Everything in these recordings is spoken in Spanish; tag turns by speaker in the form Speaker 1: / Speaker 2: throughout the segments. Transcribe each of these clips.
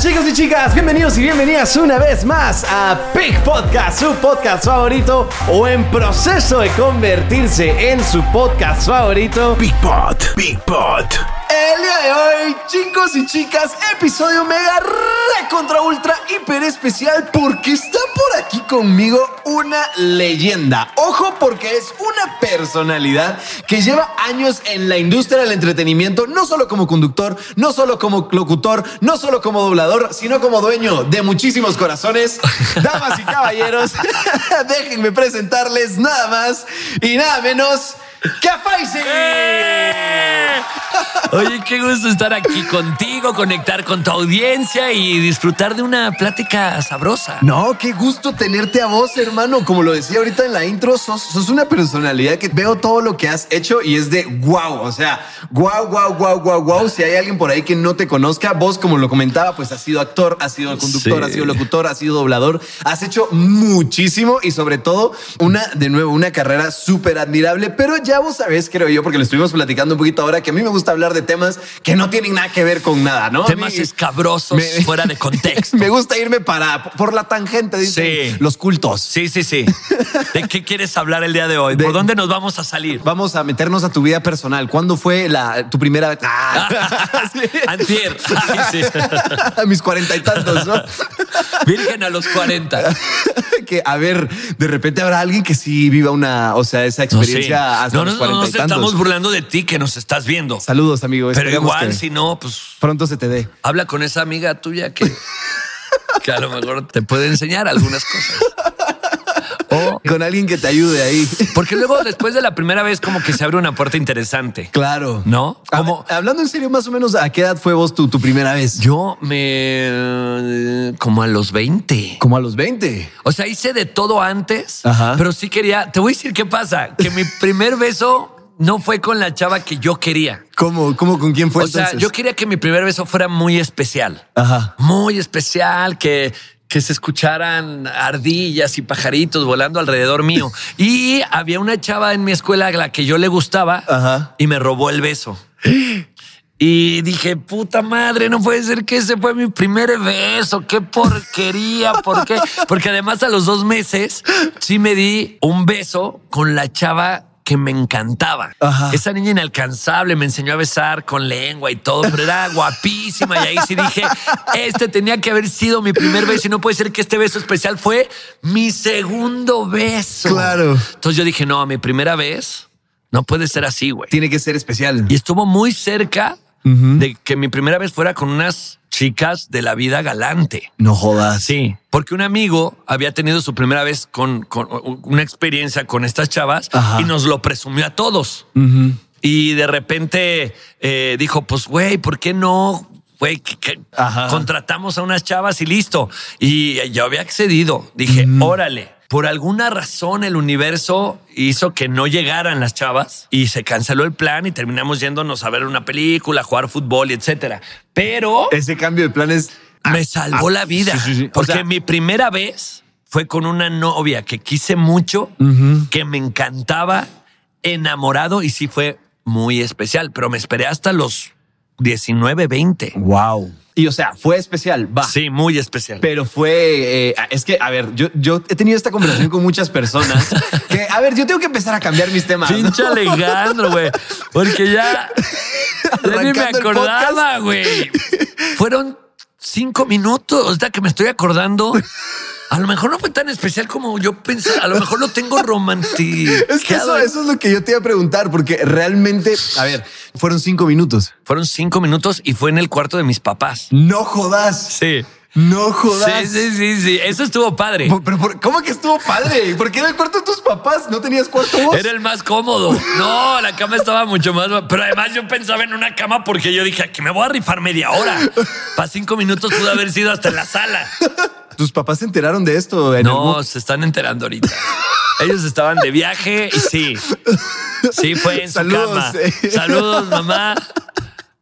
Speaker 1: Chicos y chicas, bienvenidos y bienvenidas una vez más a Pig Podcast, su podcast favorito o en proceso de convertirse en su podcast favorito.
Speaker 2: Big Pot, Big Pot.
Speaker 1: El día de hoy, chicos y chicas, episodio mega re contra ultra hiper especial porque está por aquí conmigo una leyenda. Ojo porque es una personalidad que lleva años en la industria del entretenimiento, no solo como conductor, no solo como locutor, no solo como doblador, sino como dueño de muchísimos corazones. Damas y caballeros, déjenme presentarles nada más y nada menos que a Faisy.
Speaker 3: ¡Eh! Oye, qué gusto estar aquí contigo, conectar con tu audiencia y disfrutar de una plática sabrosa.
Speaker 1: No, qué gusto tenerte a vos, hermano. Como lo decía ahorita en la intro, sos, sos una personalidad que veo todo lo que has hecho y es de wow. O sea, wow, wow, wow, wow, wow. Si hay alguien por ahí que no te conozca, vos, como lo comentaba, pues has sido actor, has sido conductor,
Speaker 3: Sí.
Speaker 1: has sido locutor, has sido doblador. Has hecho muchísimo y sobre todo una, de nuevo, una carrera súper admirable. Pero ya vos sabés, creo yo, porque lo estuvimos platicando un poquito ahora, que a mí me gusta hablar de temas que no tienen nada que ver con nada, ¿no? A
Speaker 3: Temas
Speaker 1: mí-
Speaker 3: escabrosos
Speaker 1: me-
Speaker 3: fuera de contexto.
Speaker 1: me gusta irme para por la tangente, dicen
Speaker 3: Sí.
Speaker 1: los cultos.
Speaker 3: Sí, sí, sí. ¿De qué quieres hablar el día de hoy?
Speaker 1: De-
Speaker 3: ¿Por dónde nos vamos a salir?
Speaker 1: Vamos a meternos a tu vida personal. ¿Cuándo fue la, tu primera vez? Ah, sí.
Speaker 3: Antier. Sí, sí.
Speaker 1: A mis cuarenta y tantos, ¿no?
Speaker 3: Virgen a los 40.
Speaker 1: que, a ver, de repente habrá alguien que sí viva una, o sea, esa experiencia
Speaker 3: No, sí.
Speaker 1: hasta
Speaker 3: No, no,
Speaker 1: los
Speaker 3: no, no
Speaker 1: cuarenta
Speaker 3: nos
Speaker 1: y tantos.
Speaker 3: estamos burlando de ti que nos estás viendo.
Speaker 1: Saludos, amigo.
Speaker 3: Pero
Speaker 1: Esperemos
Speaker 3: igual,
Speaker 1: que
Speaker 3: si no, pues
Speaker 1: Pronto se te dé.
Speaker 3: habla con esa amiga tuya que, que a lo mejor te puede enseñar algunas cosas. O
Speaker 1: Con alguien que te ayude ahí.
Speaker 3: Porque luego, después de la primera vez, como que se abre una puerta interesante.
Speaker 1: Claro.
Speaker 3: ¿No?
Speaker 1: Hab-
Speaker 3: Como-
Speaker 1: Hablando en serio, más o menos, ¿a qué edad fue vos tu, tu primera vez?
Speaker 3: Yo me. como a los 20.
Speaker 1: Como a los 20.
Speaker 3: O sea, hice de todo antes,
Speaker 1: Ajá.
Speaker 3: pero sí quería. Te voy a decir qué pasa: que mi primer beso no fue con la chava que yo quería.
Speaker 1: ¿Cómo? ¿Cómo con quién fue
Speaker 3: O sea,
Speaker 1: entonces?
Speaker 3: yo quería que mi primer beso fuera muy especial.
Speaker 1: Ajá.
Speaker 3: Muy especial, que, que se escucharan ardillas y pajaritos volando alrededor mío. Y había una chava en mi escuela a la que yo le gustaba
Speaker 1: Ajá.
Speaker 3: y me robó el beso. Y dije, puta madre, no puede ser que ese fue mi primer beso. Qué porquería, ¿por qué? Porque además a los dos meses sí me di un beso con la chava que me encantaba.
Speaker 1: Ajá.
Speaker 3: Esa niña inalcanzable me enseñó a besar con lengua y todo, pero era guapísima. Y ahí sí dije, este tenía que haber sido mi primer beso y no puede ser que este beso especial fue mi segundo beso.
Speaker 1: Claro.
Speaker 3: Entonces yo dije, no, mi primera vez no puede ser así, güey.
Speaker 1: Tiene que ser especial.
Speaker 3: Y estuvo muy cerca de que mi primera vez fuera con unas chicas de la vida galante.
Speaker 1: No jodas.
Speaker 3: Sí. Porque un amigo había tenido su primera vez con, con una experiencia con estas chavas
Speaker 1: Ajá.
Speaker 3: y nos lo presumió a todos.
Speaker 1: Ujú.
Speaker 3: Y de repente eh, dijo, pues, güey, ¿por qué no? Güey, que- que
Speaker 1: Ajá.
Speaker 3: contratamos a unas chavas y listo. Y yo había accedido. Dije, órale. Por alguna razón el universo hizo que no llegaran las chavas y se canceló el plan y terminamos yéndonos a ver una película, jugar fútbol y etcétera. Pero
Speaker 1: Ese cambio de planes.
Speaker 3: me salvó
Speaker 1: ah,
Speaker 3: la vida.
Speaker 1: sí, sí, sí. O
Speaker 3: Porque
Speaker 1: sea-
Speaker 3: mi primera vez fue con una novia que quise mucho, que me encantaba, enamorado y sí fue muy especial, pero me esperé hasta los 19, 20.
Speaker 1: Wow. Y o sea, fue especial. Va.
Speaker 3: Sí, muy especial.
Speaker 1: Pero fue. eh, es que, a ver, yo, yo he tenido esta conversación con muchas personas que, a ver, yo tengo que empezar a cambiar mis temas. ¿no?
Speaker 3: Pinche Alejandro, güey. Porque ya, ya ni me
Speaker 1: Arrancando el
Speaker 3: acordaba, güey. Fueron cinco minutos. Ahorita que me estoy acordando, a lo mejor no fue tan especial como yo pensé. A lo mejor lo tengo romantizado.
Speaker 1: Es que eso, eso es lo que yo te iba a preguntar, porque realmente, a ver, fueron cinco minutos.
Speaker 3: Fueron cinco minutos y fue en el cuarto de mis papás.
Speaker 1: No jodas.
Speaker 3: Sí.
Speaker 1: No
Speaker 3: Sí,
Speaker 1: jodas.
Speaker 3: sí, sí, sí. Eso estuvo padre.
Speaker 1: Por- Pero, por- ¿cómo que estuvo padre? ¿Por qué en el cuarto de tus papás no tenías cuarto vos?
Speaker 3: Era el más cómodo. No, la cama estaba mucho más. Pero además yo pensaba en una cama porque yo dije, que me voy a rifar media hora. Para cinco minutos pudo haber sido hasta en la sala.
Speaker 1: ¿Tus papás se enteraron de esto? en algún-
Speaker 3: No, se están enterando ahorita. Ellos estaban de viaje y sí. Sí, fue en su
Speaker 1: Saludos,
Speaker 3: cama.
Speaker 1: eh.
Speaker 3: Saludos, mamá.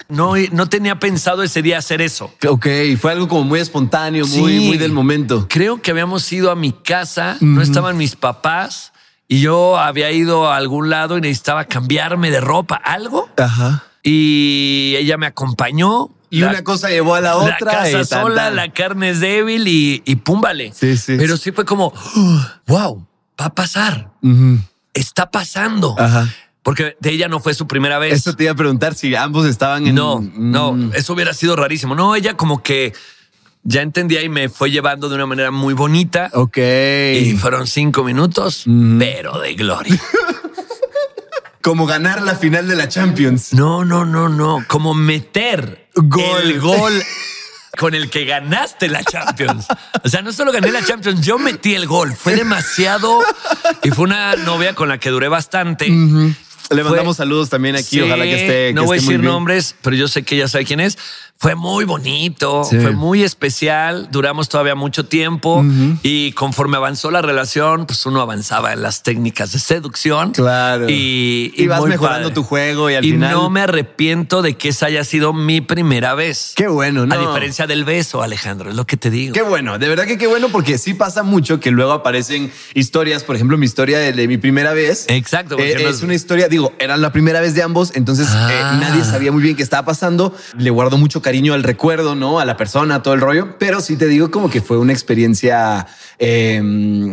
Speaker 3: No, no tenía pensado ese día hacer eso.
Speaker 1: Ok, fue algo como muy espontáneo, muy,
Speaker 3: Sí.
Speaker 1: muy del momento.
Speaker 3: Creo que habíamos ido a mi casa, no estaban mis papás y yo había ido a algún lado y necesitaba cambiarme de ropa, algo.
Speaker 1: Ajá.
Speaker 3: Y ella me acompañó
Speaker 1: Y
Speaker 3: La-
Speaker 1: una cosa llevó a la
Speaker 3: La
Speaker 1: otra.
Speaker 3: casa
Speaker 1: y tan,
Speaker 3: sola,
Speaker 1: tan.
Speaker 3: la carne es débil y, y púmbale.
Speaker 1: Sí, sí.
Speaker 3: Pero sí fue como, wow, va a pasar.
Speaker 1: Ujú.
Speaker 3: Está pasando.
Speaker 1: Ajá.
Speaker 3: Porque de ella no fue su primera vez.
Speaker 1: Eso te iba a preguntar si ambos estaban en.
Speaker 3: No,
Speaker 1: Mm.
Speaker 3: no, eso hubiera sido rarísimo. No, ella como que ya entendía y me fue llevando de una manera muy bonita.
Speaker 1: Ok.
Speaker 3: Y fueron cinco minutos,
Speaker 1: Mm.
Speaker 3: pero de gloria.
Speaker 1: Como ganar la final de la Champions.
Speaker 3: No, no, no, no. Como meter
Speaker 1: Gol.
Speaker 3: el gol con el que ganaste la Champions. O sea, no solo gané la Champions, yo metí el gol. Fue demasiado y fue una novia con la que duré bastante.
Speaker 1: Le
Speaker 3: Fue-
Speaker 1: mandamos saludos también aquí.
Speaker 3: Sí,
Speaker 1: Ojalá que esté.
Speaker 3: No
Speaker 1: que
Speaker 3: voy a
Speaker 1: esté muy
Speaker 3: decir
Speaker 1: bien.
Speaker 3: nombres, pero yo sé que ya sabe quién es. Fue muy bonito,
Speaker 1: Sí.
Speaker 3: fue muy especial. Duramos todavía mucho tiempo y conforme avanzó la relación, pues uno avanzaba en las técnicas de seducción.
Speaker 1: Claro.
Speaker 3: Y,
Speaker 1: Y vas
Speaker 3: muy
Speaker 1: mejorando tu juego y al final-
Speaker 3: no me arrepiento de que esa haya sido mi primera vez.
Speaker 1: Qué bueno, ¿no?
Speaker 3: A diferencia del beso, Alejandro, es lo que te digo.
Speaker 1: Qué bueno, de verdad que qué bueno, porque sí pasa mucho que luego aparecen historias. Por ejemplo, mi historia de, de mi primera vez.
Speaker 3: Exacto, porque
Speaker 1: Eh,
Speaker 3: no
Speaker 1: es
Speaker 3: es-
Speaker 1: una historia, digo, era la primera vez de ambos, entonces eh,
Speaker 3: Ah.
Speaker 1: nadie sabía muy bien qué estaba pasando. Le guardo mucho cariño al recuerdo, ¿no? A la persona, a todo el rollo. Pero sí te digo como que fue una experiencia eh,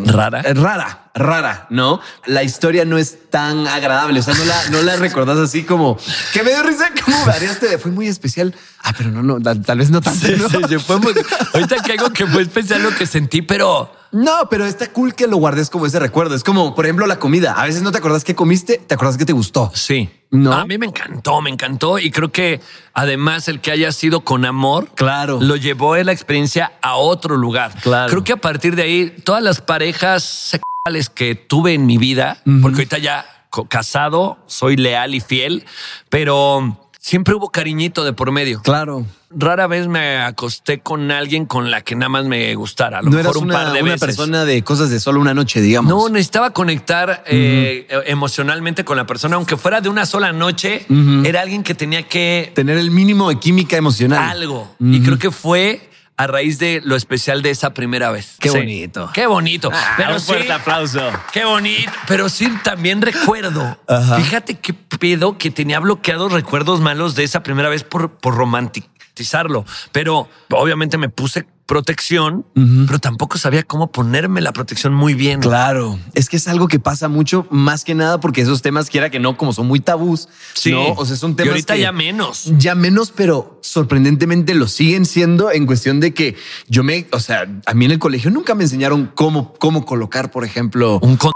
Speaker 3: Rara.
Speaker 1: eh, Rara, rara, ¿no? La historia no es tan agradable. O sea, no la, no la recordás así como que me dio risa, como variaste de fue muy especial. Ah, pero no, no, tal, tal vez no tanto.
Speaker 3: Sí,
Speaker 1: ¿no?
Speaker 3: sí, yo fue muy- Ahorita que algo que fue especial lo que sentí, pero
Speaker 1: No, pero está cool que lo guardes como ese recuerdo. Es como, por ejemplo, la comida. A veces no te acordás que comiste, te acordás que te gustó.
Speaker 3: Sí.
Speaker 1: ¿No?
Speaker 3: A mí me encantó, me encantó. Y creo que además el que haya sido con amor.
Speaker 1: Claro.
Speaker 3: Lo llevó en la experiencia a otro lugar.
Speaker 1: Claro.
Speaker 3: Creo que a partir de ahí, todas las parejas sexuales que tuve en mi vida, porque ahorita ya co- casado, soy leal y fiel, pero siempre hubo cariñito de por medio.
Speaker 1: Claro.
Speaker 3: Rara vez me acosté con alguien con la que nada más me gustara. A lo
Speaker 1: No eras
Speaker 3: mejor un
Speaker 1: una,
Speaker 3: par de
Speaker 1: una
Speaker 3: veces.
Speaker 1: persona de cosas de solo una noche, digamos.
Speaker 3: No, necesitaba conectar eh, emocionalmente con la persona, aunque fuera de una sola noche, era alguien que tenía que
Speaker 1: Tener el mínimo de química emocional.
Speaker 3: algo. Y creo que fue a raíz de lo especial de esa primera vez.
Speaker 1: Qué bonito. Ah,
Speaker 3: Qué bonito. Pero sí,
Speaker 1: aplauso.
Speaker 3: Qué bonito. Pero sí, también recuerdo. Fíjate qué pedo que tenía bloqueados recuerdos malos de esa primera vez por, por romantizarlo. Pero obviamente me puse protección, pero tampoco sabía cómo ponerme la protección muy bien.
Speaker 1: Claro, es que es algo que pasa mucho, más que nada porque esos temas, quiera que no, como son muy tabús,
Speaker 3: Sí.
Speaker 1: ¿no? O sea, son
Speaker 3: Y
Speaker 1: temas
Speaker 3: ahorita
Speaker 1: que-
Speaker 3: ya menos.
Speaker 1: ya menos, pero sorprendentemente lo siguen siendo en cuestión de que yo me, o sea, a mí en el colegio nunca me enseñaron cómo, cómo colocar, por ejemplo,
Speaker 3: Un
Speaker 1: Oh.
Speaker 3: condón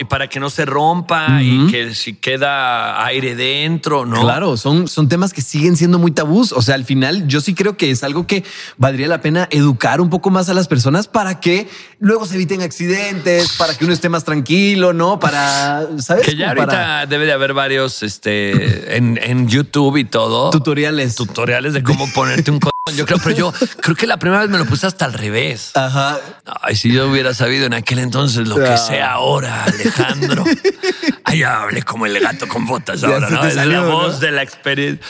Speaker 3: y para que no se rompa y que si queda aire dentro, ¿no?
Speaker 1: Claro, son, son temas que siguen siendo muy tabús. O sea, al final yo sí creo que es algo que valdría la pena educar un poco más a las personas para que luego se eviten accidentes, para que uno esté más tranquilo, ¿no? Para, ¿sabes?
Speaker 3: Que ya
Speaker 1: Como
Speaker 3: ahorita
Speaker 1: para
Speaker 3: debe de haber varios este, en, en YouTube y todo.
Speaker 1: tutoriales.
Speaker 3: tutoriales de cómo ponerte un condón. Yo creo, pero yo creo que la primera vez me lo puse hasta al revés.
Speaker 1: Ajá.
Speaker 3: Ay, si yo hubiera sabido en aquel entonces lo
Speaker 1: Ah.
Speaker 3: que sé ahora, Alejandro. Ay, ya hablé como el gato con botas
Speaker 1: Ya
Speaker 3: ahora,
Speaker 1: se
Speaker 3: ¿no?
Speaker 1: te
Speaker 3: Es la
Speaker 1: salió, ¿no?
Speaker 3: voz de la experiencia.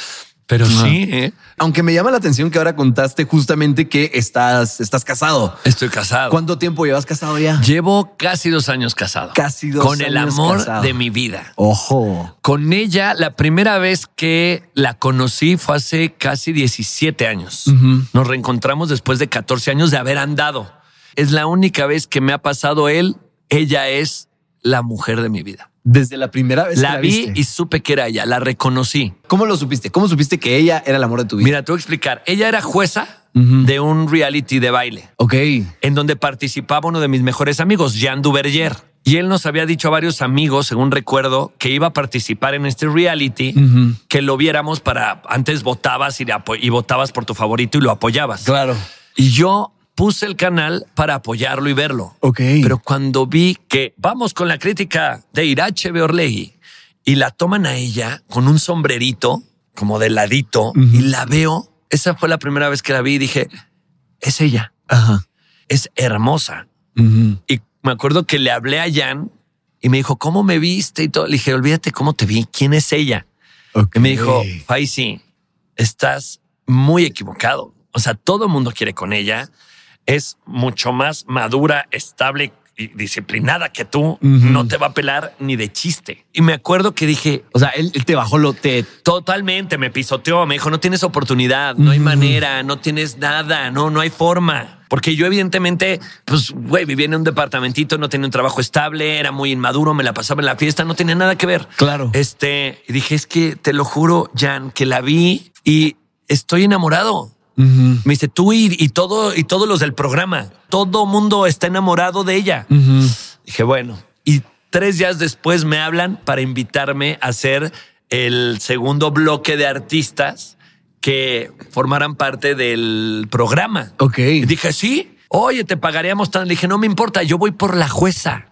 Speaker 3: Pero sí, ¿eh?
Speaker 1: Aunque me llama la atención que ahora contaste justamente que estás, estás casado.
Speaker 3: estoy casado.
Speaker 1: ¿Cuánto tiempo llevas casado ya?
Speaker 3: Llevo casi dos años casado.
Speaker 1: Casi dos
Speaker 3: Con el
Speaker 1: años
Speaker 3: amor
Speaker 1: casado.
Speaker 3: de mi vida.
Speaker 1: Ojo.
Speaker 3: Con ella, la primera vez que la conocí fue hace casi 17 años. Nos reencontramos después de 14 años de haber andado. Es la única vez que me ha pasado él. Ella es la mujer de mi vida.
Speaker 1: Desde la primera vez
Speaker 3: La,
Speaker 1: que la
Speaker 3: vi
Speaker 1: viste.
Speaker 3: y supe que era ella. La reconocí.
Speaker 1: ¿Cómo lo supiste? ¿Cómo supiste que ella era el amor de tu vida?
Speaker 3: Mira, te voy a explicar. Ella era jueza de un reality de baile.
Speaker 1: Ok.
Speaker 3: en donde participaba uno de mis mejores amigos, Jean Duverger. Y él nos había dicho a varios amigos, según recuerdo, que iba a participar en este reality, que lo viéramos para antes votabas y, le apo- y votabas por tu favorito y lo apoyabas.
Speaker 1: Claro.
Speaker 3: Y yo puse el canal para apoyarlo y verlo.
Speaker 1: Ok.
Speaker 3: Pero cuando vi que vamos con la crítica de Irache Beorlegui y la toman a ella con un sombrerito como de ladito y la veo, esa fue la primera vez que la vi y dije, es ella
Speaker 1: Ajá.
Speaker 3: es hermosa.
Speaker 1: Ujú.
Speaker 3: Y me acuerdo que le hablé a Jan y me dijo, ¿cómo me viste? Y todo. Le dije, olvídate cómo te vi, quién es ella. Y me dijo, Faisy, estás muy equivocado. O sea, todo mundo quiere con ella. Es mucho más madura, estable, y disciplinada que tú, no te va a pelar ni de chiste. Y me acuerdo que dije,
Speaker 1: O sea, él, él te bajó lo te.
Speaker 3: Totalmente, me pisoteó, me dijo, no tienes oportunidad, no hay manera, no tienes nada, no, no hay forma. Porque yo evidentemente, pues, güey, vivía en un departamentito, no tenía un trabajo estable, era muy inmaduro, me la pasaba en la fiesta, no tenía nada que ver.
Speaker 1: Claro.
Speaker 3: Este, y dije, es que te lo juro, Jan, que la vi y estoy enamorado.
Speaker 1: Ujú.
Speaker 3: Me dice, tú y, y todo, y todos los del programa, todo mundo está enamorado de ella.
Speaker 1: Ujú.
Speaker 3: Dije, bueno. Y tres días después me hablan para invitarme a hacer el segundo bloque de artistas que formaran parte del programa.
Speaker 1: Ok.
Speaker 3: Y dije, sí, oye, te pagaríamos tan. Le dije, no me importa, yo voy por la jueza.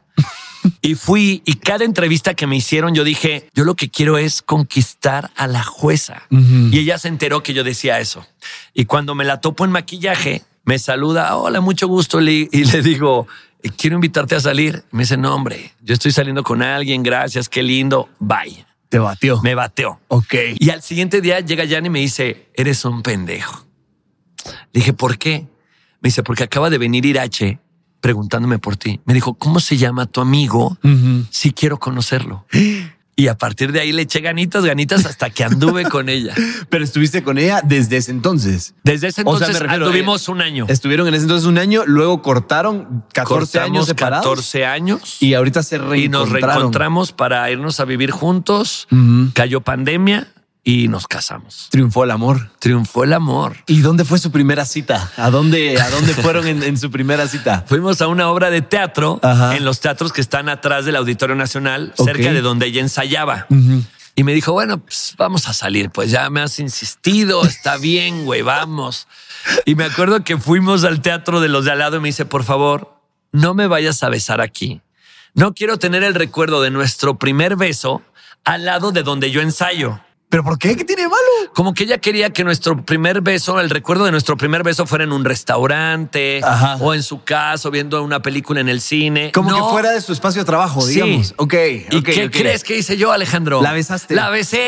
Speaker 3: y fui, y cada entrevista que me hicieron, yo dije, yo lo que quiero es conquistar a la jueza.
Speaker 1: Ujú.
Speaker 3: Y ella se enteró que yo decía eso. Y cuando me la topo en maquillaje, me saluda, hola, mucho gusto, Lee. y le digo, "Eh, quiero invitarte a salir. Me dice, no, hombre, yo estoy saliendo con alguien, gracias, qué lindo, bye.
Speaker 1: Te batió.
Speaker 3: Me bateó.
Speaker 1: Ok.
Speaker 3: Y al siguiente día llega Jan y me dice, eres un pendejo. Le dije, ¿por qué? Me dice, porque acaba de venir Irache preguntándome por ti. Me dijo, ¿cómo se llama tu amigo?
Speaker 1: Ujú.
Speaker 3: Si quiero conocerlo. Y a partir de ahí le eché ganitas, ganitas hasta que anduve con ella.
Speaker 1: Pero estuviste con ella desde ese entonces.
Speaker 3: Desde ese
Speaker 1: O sea,
Speaker 3: entonces
Speaker 1: me refiero,
Speaker 3: anduvimos un año.
Speaker 1: Estuvieron en ese entonces un año, luego cortaron 14 años
Speaker 3: Cortamos
Speaker 1: separados
Speaker 3: 14 años y,
Speaker 1: y ahorita se
Speaker 3: nos
Speaker 1: reencontraron.
Speaker 3: reencontramos para irnos a vivir juntos.
Speaker 1: Ujú.
Speaker 3: Cayó pandemia y nos casamos.
Speaker 1: Triunfó el amor.
Speaker 3: Triunfó el amor.
Speaker 1: ¿Y dónde fue su primera cita? ¿A dónde, a dónde fueron en, en su primera cita?
Speaker 3: Fuimos a una obra de teatro
Speaker 1: Ajá.
Speaker 3: en los teatros que están atrás del Auditorio Nacional,
Speaker 1: Ok. Mm.
Speaker 3: cerca de donde ella ensayaba. Y me dijo, bueno, pues vamos a salir, pues ya me has insistido, está bien, güey, vamos. Y me acuerdo que fuimos al teatro de los de al lado y me dice, por favor, no me vayas a besar aquí. No quiero tener el recuerdo de nuestro primer beso al lado de donde yo ensayo.
Speaker 1: ¿Pero por qué? ¿Qué tiene de malo?
Speaker 3: Como que ella quería que nuestro primer beso, el recuerdo de nuestro primer beso fuera en un restaurante
Speaker 1: Ajá.
Speaker 3: o en su casa, o viendo una película en el cine.
Speaker 1: Como
Speaker 3: No.
Speaker 1: que fuera de su espacio de trabajo,
Speaker 3: Sí.
Speaker 1: digamos. Ok.
Speaker 3: ¿Y
Speaker 1: ok,
Speaker 3: qué
Speaker 1: ok.
Speaker 3: crees que hice yo, Alejandro?
Speaker 1: La besaste.
Speaker 3: La besé.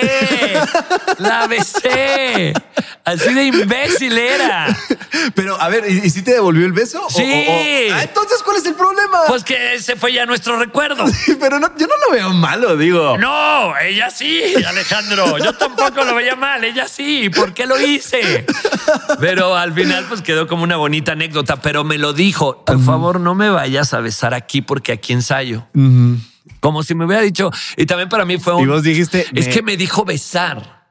Speaker 3: la besé. Así de imbécil era.
Speaker 1: Pero a ver, ¿y, y si te devolvió el beso? O-
Speaker 3: Sí.
Speaker 1: o- o- Ah, entonces, ¿cuál es el problema?
Speaker 3: Pues que ese fue ya nuestro recuerdo.
Speaker 1: Pero no- yo no lo veo malo, digo.
Speaker 3: No, ella sí, Alejandro. Yo tampoco lo veía mal, ella sí. ¿Por qué lo hice? Pero al final pues quedó como una bonita anécdota, pero me lo dijo, por favor no me vayas a besar aquí porque aquí ensayo.
Speaker 1: Ujú.
Speaker 3: Como si me hubiera dicho, y también para mí fue un...
Speaker 1: Y vos dijiste,
Speaker 3: Es
Speaker 1: me-
Speaker 3: que me dijo besar.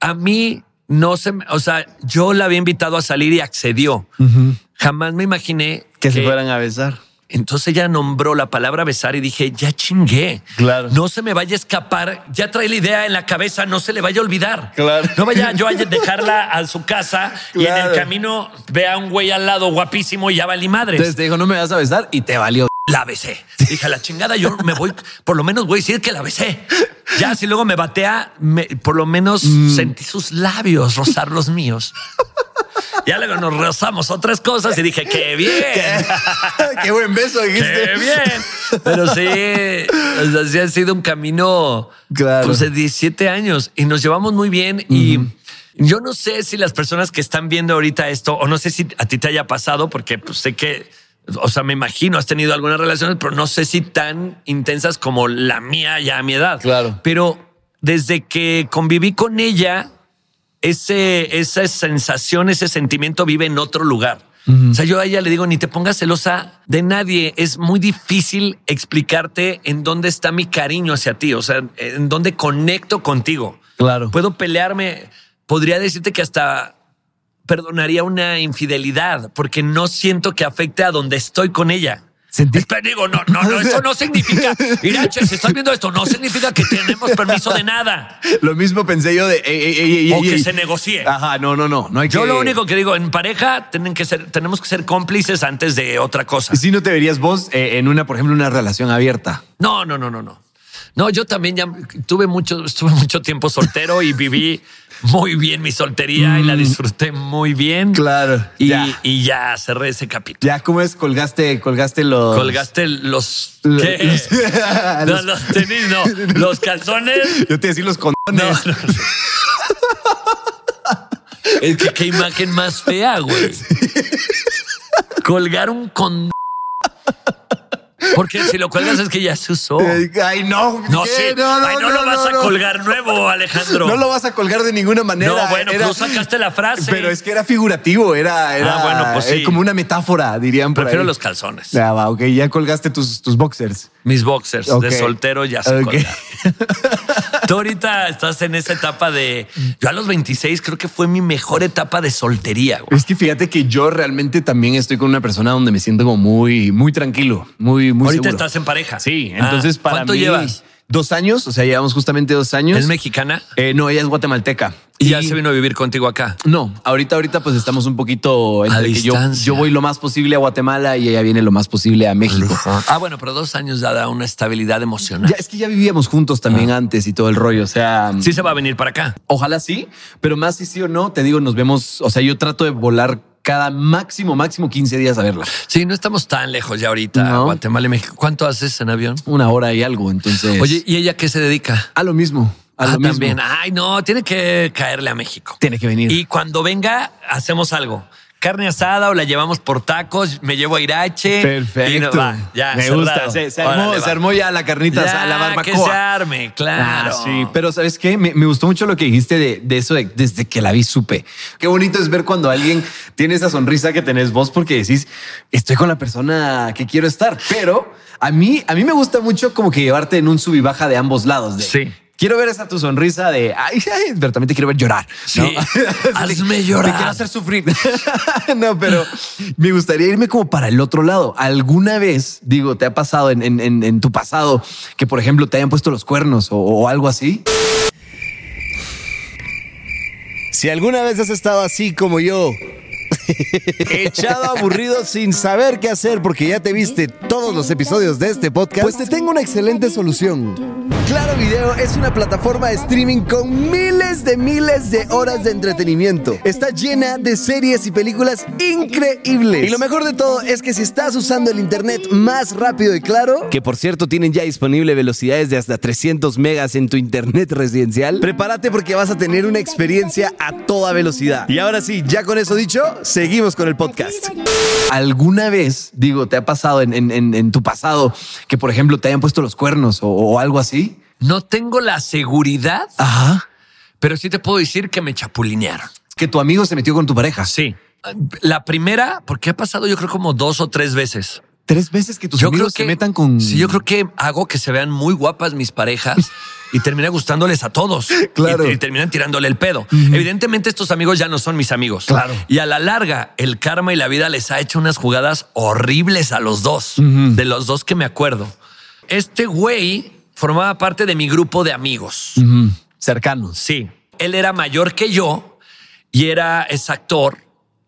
Speaker 3: A mí no se... me- O sea, yo la había invitado a salir y accedió.
Speaker 1: Ujú.
Speaker 3: Jamás me imaginé
Speaker 1: Que se fueran a besar.
Speaker 3: entonces ella nombró la palabra besar y dije, ya chingué.
Speaker 1: Claro.
Speaker 3: No se me vaya a escapar. Ya trae la idea en la cabeza, no se le vaya a olvidar.
Speaker 1: Claro.
Speaker 3: No vaya yo a dejarla a su casa y en
Speaker 1: Claro.
Speaker 3: el camino vea a un güey al lado guapísimo y ya valí madres.
Speaker 1: Entonces te dijo, no me vas a besar y te valió.
Speaker 3: la besé. Dije, a la chingada, yo me voy, por lo menos voy a decir que la besé. Ya, si luego me batea, me- por lo menos
Speaker 1: Mm.
Speaker 3: sentí sus labios rozar los míos. Ya luego nos rozamos otras cosas y dije, qué bien.
Speaker 1: Qué buen beso dijiste.
Speaker 3: ¡Qué bien! Pero sí, o sea, sí ha sido un camino
Speaker 1: Claro.
Speaker 3: pues, de 17 años y nos llevamos muy bien. Y yo no sé si las personas que están viendo ahorita esto, o no sé si a ti te haya pasado, porque pues, sé que, o sea, me imagino, has tenido algunas relaciones, pero no sé si tan intensas como la mía ya a mi edad.
Speaker 1: Claro.
Speaker 3: Pero desde que conviví con ella, ese, esa sensación, ese sentimiento vive en otro lugar. O sea, yo a ella le digo, ni te pongas celosa de nadie. Es muy difícil explicarte en dónde está mi cariño hacia ti, o sea, en dónde conecto contigo.
Speaker 1: Claro.
Speaker 3: Puedo pelearme, podría decirte que hasta perdonaría una infidelidad, porque no siento que afecte a donde estoy con ella.
Speaker 1: Sentí-
Speaker 3: Espera, digo, no, no, no, eso no significa, Irache, si estás viendo esto, no significa que tenemos permiso de nada.
Speaker 1: Lo mismo pensé yo de ey, ey, ey, ey,
Speaker 3: O
Speaker 1: ey,
Speaker 3: que
Speaker 1: ey.
Speaker 3: se negocie.
Speaker 1: Ajá, no, no, no. No hay
Speaker 3: Yo
Speaker 1: que-
Speaker 3: lo único que digo, en pareja tienen que ser, tenemos que ser cómplices antes de otra cosa.
Speaker 1: Y si no te verías vos eh, en una, por ejemplo, una relación abierta.
Speaker 3: No, no, no, no, no. No, yo también ya tuve mucho, estuve mucho tiempo soltero y viví muy bien mi soltería y la disfruté muy bien.
Speaker 1: Claro.
Speaker 3: Y
Speaker 1: Mm. Ya.
Speaker 3: ya, y ya cerré ese capítulo.
Speaker 1: Ya, ¿cómo es? Colgaste, colgaste los.
Speaker 3: Colgaste los,
Speaker 1: Los-
Speaker 3: ¿qué?
Speaker 1: los-
Speaker 3: No, los tenis, no. Los calzones.
Speaker 1: Yo te decía los condones.
Speaker 3: No, no, no. Es que qué imagen más fea, güey. Colgar un con Porque si lo cuelgas es que ya se usó.
Speaker 1: Ay, no.
Speaker 3: No,
Speaker 1: Eh, ¿qué?
Speaker 3: sí. Ay, no, lo vas a
Speaker 1: no.
Speaker 3: colgar nuevo, Alejandro.
Speaker 1: No lo vas a colgar de ninguna manera.
Speaker 3: No, bueno, tú sacaste la frase.
Speaker 1: Pero es que era figurativo, era, era
Speaker 3: Ah, bueno, pues sí.
Speaker 1: eh, como una metáfora, dirían por
Speaker 3: Prefiero
Speaker 1: ahí.
Speaker 3: los calzones.
Speaker 1: Ah, va, ok, ya colgaste tus, tus boxers.
Speaker 3: Mis boxers
Speaker 1: Ok.
Speaker 3: de soltero Pues ya se
Speaker 1: Ok.
Speaker 3: colgaron. Tú ahorita estás en esa etapa de. Yo a los 26 creo que fue mi mejor etapa de soltería. güey.
Speaker 1: Es que fíjate que yo realmente también estoy con una persona donde me siento como muy, muy tranquilo, muy, muy
Speaker 3: Ahorita
Speaker 1: seguro.
Speaker 3: estás en pareja.
Speaker 1: Sí,
Speaker 3: Ah,
Speaker 1: entonces para
Speaker 3: ¿Cuánto
Speaker 1: mí,
Speaker 3: llevas?
Speaker 1: Dos años, o sea, llevamos justamente dos años.
Speaker 3: ¿Es mexicana?
Speaker 1: Eh, no, ella es guatemalteca.
Speaker 3: Y ya se vino a vivir contigo acá.
Speaker 1: No, ahorita, ahorita pues estamos un poquito
Speaker 3: A
Speaker 1: entre que yo,
Speaker 3: distancia.
Speaker 1: yo voy lo más posible a Guatemala y ella viene lo más posible a México.
Speaker 3: Ah, bueno, pero dos años ya da una estabilidad emocional.
Speaker 1: Ya, es que ya vivíamos juntos también antes y todo el rollo. O sea,
Speaker 3: Ah. Sí se va a venir para acá.
Speaker 1: ojalá sí, pero más si sí o no, te digo, nos vemos. O sea, yo trato de volar cada máximo, máximo 15 días a verla.
Speaker 3: Sí, no estamos tan lejos ya ahorita.
Speaker 1: No.
Speaker 3: Guatemala y México. ¿Cuánto haces en avión?
Speaker 1: Una hora y algo. Entonces,
Speaker 3: Oye, ¿y ella qué se dedica?
Speaker 1: a lo mismo. A
Speaker 3: ah,
Speaker 1: lo mismo.
Speaker 3: también. Ay, no, tiene que caerle a México.
Speaker 1: Tiene que venir.
Speaker 3: Y cuando venga, hacemos algo. Carne asada o la llevamos por tacos, me llevo a Irache.
Speaker 1: Perfecto.
Speaker 3: Y nos va, ya,
Speaker 1: Me
Speaker 3: cerrado.
Speaker 1: gusta. Se, se armó,
Speaker 3: Órale, va.
Speaker 1: se armó ya la carnita, o
Speaker 3: Ya,
Speaker 1: sea, la
Speaker 3: Que se
Speaker 1: barbacoa.
Speaker 3: arme, claro.
Speaker 1: Ah, sí, pero ¿sabes qué? Me, me gustó mucho lo que dijiste de, de eso de- desde que la vi supe. Qué bonito es ver cuando alguien tiene esa sonrisa que tenés vos porque decís, estoy con la persona que quiero estar. Pero a mí, a mí me gusta mucho como que llevarte en un sub y baja de ambos lados. De,
Speaker 3: Sí.
Speaker 1: Quiero ver esa tu sonrisa de, ay, ay", pero también te quiero ver llorar. ¿no?
Speaker 3: Sí. Hazme
Speaker 1: Te-
Speaker 3: llorar.
Speaker 1: Te quiero hacer sufrir. no, pero me gustaría irme como para el otro lado. ¿Alguna vez, digo, te ha pasado en, en- en- en tu pasado que, por ejemplo, te hayan puesto los cuernos o, o algo así?
Speaker 4: Si alguna vez has estado así como yo, echado aburrido sin saber qué hacer porque ya te viste todos los episodios de este podcast, pues te tengo una excelente solución. Claro Video es una plataforma de streaming con miles de miles de horas de entretenimiento. Está llena de series y películas increíbles. Y lo mejor de todo es que si estás usando el internet más rápido y claro, que por cierto tienen ya disponible velocidades de hasta 300 megas en tu internet residencial, prepárate porque vas a tener una experiencia a toda velocidad. Y ahora sí, ya con eso dicho, seguimos con el podcast.
Speaker 1: ¿Alguna vez, digo, te ha pasado en, en- en- en tu pasado que, por ejemplo, te hayan puesto los cuernos o, o algo así?
Speaker 3: No tengo la seguridad,
Speaker 1: Ajá.
Speaker 3: pero sí te puedo decir que me chapulinearon.
Speaker 1: Que tu amigo se metió con tu pareja.
Speaker 3: Sí. La primera, porque ha pasado yo creo como dos o tres veces.
Speaker 1: Tres veces que tus
Speaker 3: yo
Speaker 1: amigos se metan con...
Speaker 3: Sí, yo creo que hago que se vean muy guapas mis parejas y termina gustándoles a todos.
Speaker 1: Claro.
Speaker 3: Y, y terminan tirándole el pedo. Evidentemente, estos amigos ya no son mis amigos.
Speaker 1: Claro.
Speaker 3: Y a la larga, el karma y la vida les ha hecho unas jugadas horribles a los dos, de los dos que me acuerdo. Este güey formaba parte de mi grupo de amigos.
Speaker 1: Ujú, Cercanos.
Speaker 3: Sí. Él era mayor que yo y era es actor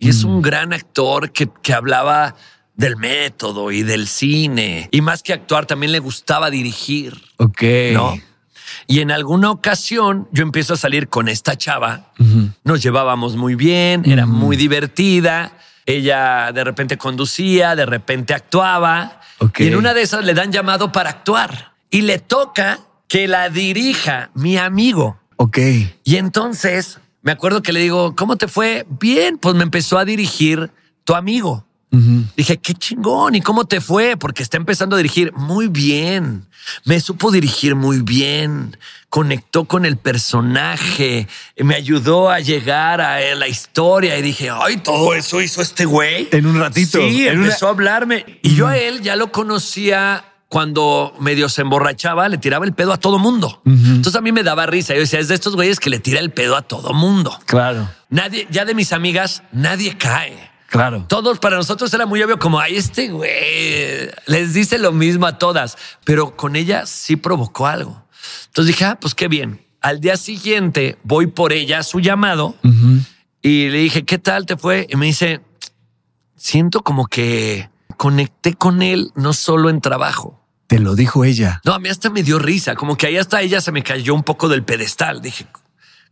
Speaker 3: y es un gran actor que, que hablaba del método y del cine y más que actuar también le gustaba dirigir,
Speaker 1: Ok.
Speaker 3: ¿no? Y en alguna ocasión yo empiezo a salir con esta chava. Nos llevábamos muy bien, era muy divertida. Ella de repente conducía, de repente actuaba.
Speaker 1: Ok.
Speaker 3: Y en una de esas le dan llamado para actuar y le toca que la dirija mi amigo.
Speaker 1: Ok.
Speaker 3: Y entonces me acuerdo que le digo, ¿cómo te fue? Bien, pues me empezó a dirigir tu amigo.
Speaker 1: Ujú.
Speaker 3: Dije, qué chingón. ¿Y cómo te fue? Porque está empezando a dirigir muy bien. Me supo dirigir muy bien. Conectó con el personaje. Me ayudó a llegar a eh, la historia. Y dije, ay, todo eso hizo este güey.
Speaker 1: En un ratito.
Speaker 3: Sí,
Speaker 1: En
Speaker 3: empezó a hablarme. Y yo a él ya lo conocía cuando medio se emborrachaba, le tiraba el pedo a todo mundo. Entonces a mí me daba risa. Yo decía, es de estos güeyes que le tira el pedo a todo mundo.
Speaker 1: Claro.
Speaker 3: Nadie, ya de mis amigas, nadie cae.
Speaker 1: Claro.
Speaker 3: Todos para nosotros era muy obvio como, ay, este güey les dice lo mismo a todas, pero con ella sí provocó algo. Entonces dije, ah, pues qué bien. Al día siguiente voy por ella a su llamado y le dije, ¿qué tal te fue? Y me dice, siento como que conecté con él no solo en trabajo.
Speaker 1: Te lo dijo ella.
Speaker 3: No, a mí hasta me dio risa, como que ahí hasta ella se me cayó un poco del pedestal. Dije,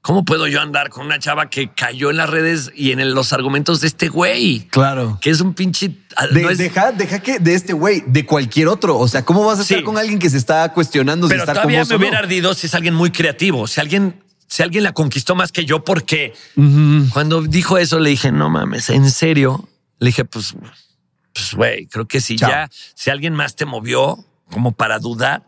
Speaker 3: ¿cómo puedo yo andar con una chava que cayó en las redes y en el- los argumentos de este güey?
Speaker 1: Claro.
Speaker 3: que es un pinche. ah,
Speaker 1: De-
Speaker 3: no es-
Speaker 1: deja, deja que de este güey, de cualquier otro. O sea, ¿cómo vas a estar
Speaker 3: Sí.
Speaker 1: con alguien que se está cuestionando si
Speaker 3: pero
Speaker 1: estar
Speaker 3: todavía
Speaker 1: con vos
Speaker 3: me
Speaker 1: o no?
Speaker 3: hubiera ardido si es alguien muy creativo. Si alguien, si alguien la conquistó más que yo,
Speaker 1: Mm.
Speaker 3: porque cuando dijo eso le dije, no mames, en serio. Le dije, pues, pues, pues, güey, creo que si
Speaker 1: Chao.
Speaker 3: ya, si alguien más te movió como para dudar,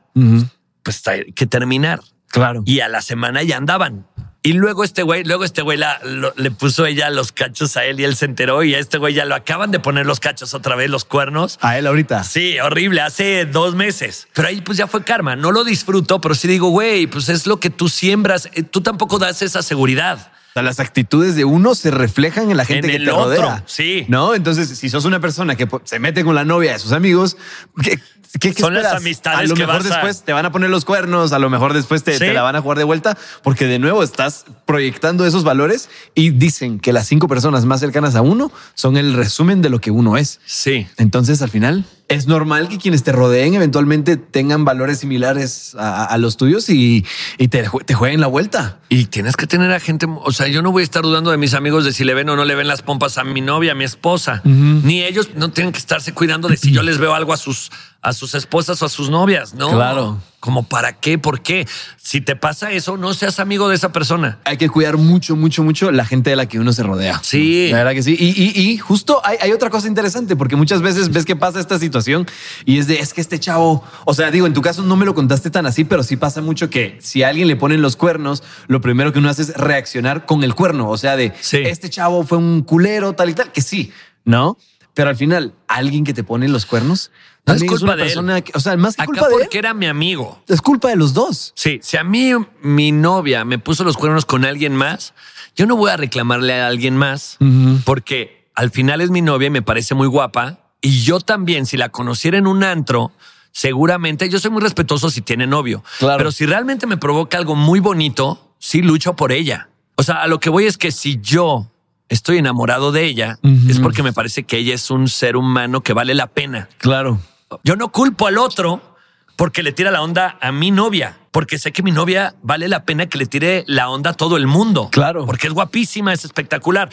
Speaker 3: pues hay que terminar.
Speaker 1: Claro.
Speaker 3: Y a la semana ya andaban. Y luego este güey, luego este güey la- lo- le puso ella los cachos a él y él se enteró y a este güey ya lo acaban de poner los cachos otra vez, los cuernos.
Speaker 1: A él ahorita.
Speaker 3: Sí, horrible, hace dos meses. Pero ahí pues ya fue karma. No lo disfruto, pero sí digo, güey, pues es lo que tú siembras. Eh, Tú tampoco das esa seguridad.
Speaker 1: O sea, las actitudes de uno se reflejan en la gente
Speaker 3: En
Speaker 1: que
Speaker 3: el
Speaker 1: te
Speaker 3: otro,
Speaker 1: rodea.
Speaker 3: sí.
Speaker 1: ¿No? Entonces, si sos una persona que po- se mete con la novia de sus amigos, ¿qué, qué- qué
Speaker 3: Son las
Speaker 1: esperas?
Speaker 3: amistades
Speaker 1: A lo
Speaker 3: que
Speaker 1: mejor
Speaker 3: vas a-
Speaker 1: después te van a poner los cuernos, a lo mejor después te,
Speaker 3: Sí.
Speaker 1: te la van a jugar de vuelta, porque de nuevo estás proyectando esos valores y dicen que las cinco personas más cercanas a uno son el resumen de lo que uno es.
Speaker 3: Sí.
Speaker 1: Entonces, al final, es normal que quienes te rodeen eventualmente tengan valores similares a, a los tuyos y, y te, jue- te jueguen la vuelta.
Speaker 3: Y tienes que tener a gente, o sea, yo no voy a estar dudando de mis amigos de si le ven o no le ven las pompas a mi novia, a mi esposa. Ni ellos no tienen que estarse cuidando de si yo les veo algo a sus, a sus esposas o a sus novias, ¿no?
Speaker 1: Claro.
Speaker 3: Como para qué, por qué. Si te pasa eso, no seas amigo de esa persona.
Speaker 1: Hay que cuidar mucho, mucho, mucho la gente de la que uno se rodea.
Speaker 3: Sí.
Speaker 1: La verdad que sí. Y, y- y justo hay, hay otra cosa interesante, porque muchas veces ves que pasa esta situación y es de, es que este chavo, o sea, digo, en tu caso no me lo contaste tan así, pero sí pasa mucho que si a alguien le ponen los cuernos, lo primero que uno hace es reaccionar con el cuerno. O sea, de,
Speaker 3: Sí.
Speaker 1: este chavo fue un culero, tal y tal, que sí, ¿no? Pero al final, alguien que te pone los cuernos,
Speaker 3: No es
Speaker 1: también
Speaker 3: culpa
Speaker 1: una
Speaker 3: de él.
Speaker 1: persona que- o sea, más que
Speaker 3: Acá
Speaker 1: culpa de él,
Speaker 3: porque era mi amigo.
Speaker 1: es culpa de los dos.
Speaker 3: Sí, si a mí mi novia me puso los cuernos con alguien más, yo no voy a reclamarle a alguien más porque al final es mi novia y me parece muy guapa. Y yo también, si la conociera en un antro, seguramente yo soy muy respetuoso si tiene novio.
Speaker 1: Claro.
Speaker 3: Pero si realmente me provoca algo muy bonito, sí lucho por ella. O sea, a lo que voy es que si yo estoy enamorado de ella, es porque me parece que ella es un ser humano que vale la pena.
Speaker 1: Claro.
Speaker 3: Yo no culpo al otro porque le tira la onda a mi novia, porque sé que mi novia vale la pena que le tire la onda a todo el mundo.
Speaker 1: Claro.
Speaker 3: Porque es guapísima, es espectacular.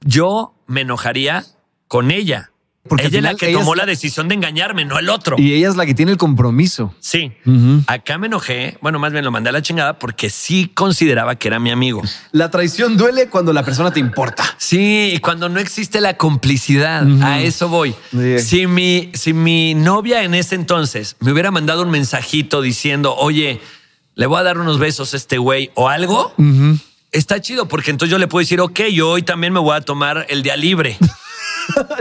Speaker 3: Yo me enojaría con ella.
Speaker 1: Porque
Speaker 3: Porque
Speaker 1: al
Speaker 3: ella es la
Speaker 1: final
Speaker 3: que
Speaker 1: ella
Speaker 3: tomó
Speaker 1: es-
Speaker 3: la decisión de engañarme, no el otro.
Speaker 1: Y ella es la que tiene el compromiso.
Speaker 3: Sí.
Speaker 1: Ujú.
Speaker 3: Acá me enojé. Bueno, más bien lo mandé a la chingada porque sí consideraba que era mi amigo.
Speaker 1: La traición duele cuando la persona te importa.
Speaker 3: Sí, y cuando no existe la complicidad, a eso voy.
Speaker 1: Sí.
Speaker 3: Si, mi, si mi novia en ese entonces me hubiera mandado un mensajito diciendo, oye, le voy a dar unos besos a este güey o algo, está chido, porque entonces yo le puedo decir, ok, yo hoy también me voy a tomar el día libre.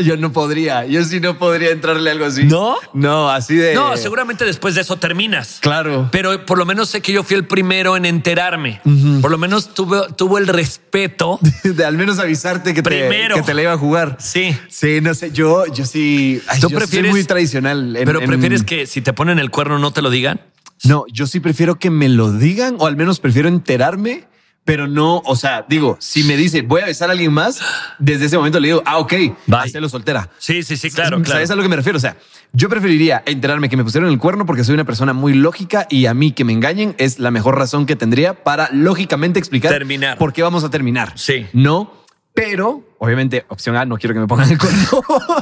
Speaker 1: Yo no podría. Yo sí no podría entrarle algo así.
Speaker 3: ¿No?
Speaker 1: No, así de.
Speaker 3: No, seguramente después de eso terminas.
Speaker 1: Claro.
Speaker 3: Pero por lo menos sé que yo fui el primero en enterarme. Por lo menos tuvo, tuvo el respeto.
Speaker 1: De al menos avisarte que,
Speaker 3: Primero.
Speaker 1: Te, que te la iba a jugar.
Speaker 3: Sí.
Speaker 1: Sí, no sé. Yo, yo sí. ay,
Speaker 3: ¿Tú
Speaker 1: yo
Speaker 3: prefieres-
Speaker 1: soy muy tradicional. en-
Speaker 3: Pero
Speaker 1: en-
Speaker 3: prefieres que si te ponen el cuerno no te lo digan.
Speaker 1: No, yo sí prefiero que me lo digan o al menos prefiero enterarme, pero no. O sea, digo, si me dice voy a avisar a alguien más, desde ese momento le digo, ah, ok,
Speaker 3: Bye.
Speaker 1: hazlo soltera.
Speaker 3: Sí, sí, sí, claro,
Speaker 1: ¿Sabes
Speaker 3: claro.
Speaker 1: a lo que me refiero? O sea, yo preferiría enterarme que me pusieron el cuerno porque soy una persona muy lógica y a mí que me engañen es la mejor razón que tendría para lógicamente explicar
Speaker 3: Terminar.
Speaker 1: por qué vamos a terminar.
Speaker 3: Sí.
Speaker 1: No, pero obviamente opción A, no quiero que me pongan el cuerno.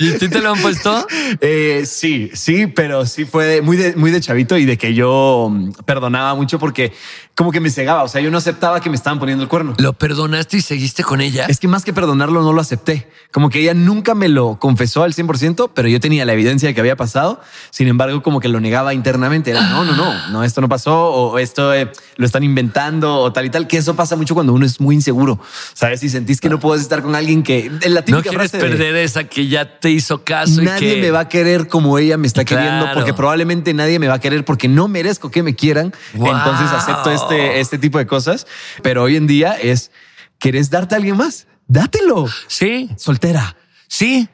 Speaker 3: ¿Y a ti te lo han puesto?
Speaker 1: Eh, sí, sí, pero sí fue de- muy, de, muy de chavito y de que yo mm, perdonaba mucho porque como que me cegaba. O sea, yo no aceptaba que me estaban poniendo el cuerno.
Speaker 3: ¿Lo perdonaste y seguiste con ella?
Speaker 1: Es que más que perdonarlo, no lo acepté. Como que ella nunca me lo confesó al 100%, pero yo tenía la evidencia de que había pasado. Sin embargo, como que lo negaba internamente. Era, no, no, no, no, esto no pasó o esto eh, lo están inventando o tal y tal. Que eso pasa mucho cuando uno es muy inseguro. ¿Sabes? Si sentís que no puedes estar con alguien que... en La
Speaker 3: No
Speaker 1: típica
Speaker 3: quieres
Speaker 1: frase de,
Speaker 3: perder esa que ya te hizo caso y
Speaker 1: Nadie
Speaker 3: que
Speaker 1: me va a querer como ella me está queriendo,
Speaker 3: Claro.
Speaker 1: porque probablemente nadie me va a querer porque no merezco que me quieran.
Speaker 3: Wow.
Speaker 1: Entonces acepto este, este tipo de cosas. Pero hoy en día es, ¿querés darte a alguien más? Dátelo.
Speaker 3: Sí,
Speaker 1: Soltera.
Speaker 3: sí.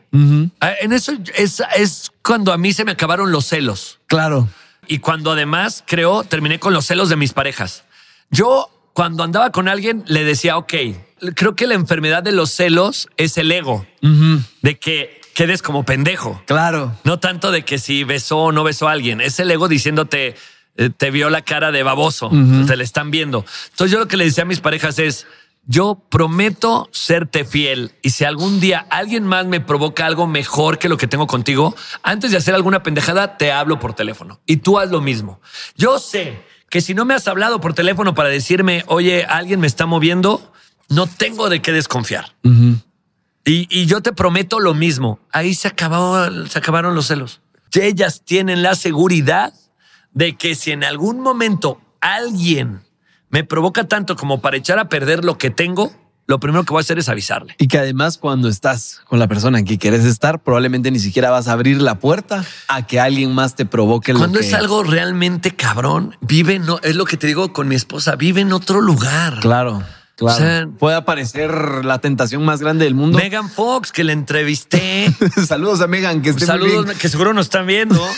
Speaker 3: Ah, En eso es, es cuando a mí se me acabaron los celos.
Speaker 1: Claro.
Speaker 3: Y cuando además, creo, terminé con los celos de mis parejas. Yo, cuando andaba con alguien, le decía, ok, creo que la enfermedad de los celos es el ego, de que quedes como pendejo.
Speaker 1: Claro.
Speaker 3: No tanto de que si besó o no besó a alguien. Es el ego diciéndote, eh, te vio la cara de baboso, te le están viendo. Entonces yo lo que le decía a mis parejas es, yo prometo serte fiel y si algún día alguien más me provoca algo mejor que lo que tengo contigo, antes de hacer alguna pendejada, te hablo por teléfono y tú haz lo mismo. Yo sé que si no me has hablado por teléfono para decirme, oye, alguien me está moviendo, no tengo de qué desconfiar. Y, y yo te prometo lo mismo. Ahí se, acabó, se acabaron los celos. Ellas tienen la seguridad de que si en algún momento alguien me provoca tanto como para echar a perder lo que tengo, lo primero que voy a hacer es avisarle.
Speaker 1: Y que además cuando estás con la persona en que quieres estar, probablemente ni siquiera vas a abrir la puerta a que alguien más te provoque lo
Speaker 3: Cuando
Speaker 1: que...
Speaker 3: es algo realmente cabrón, vive, no, es lo que te digo con mi esposa, vive en otro lugar.
Speaker 1: Claro, claro.
Speaker 3: O sea-
Speaker 1: Puede aparecer la tentación más grande del mundo.
Speaker 3: Megan Fox, que la entrevisté.
Speaker 1: Saludos a Megan, que esté muy
Speaker 3: Saludos
Speaker 1: bien.
Speaker 3: que seguro nos están viendo.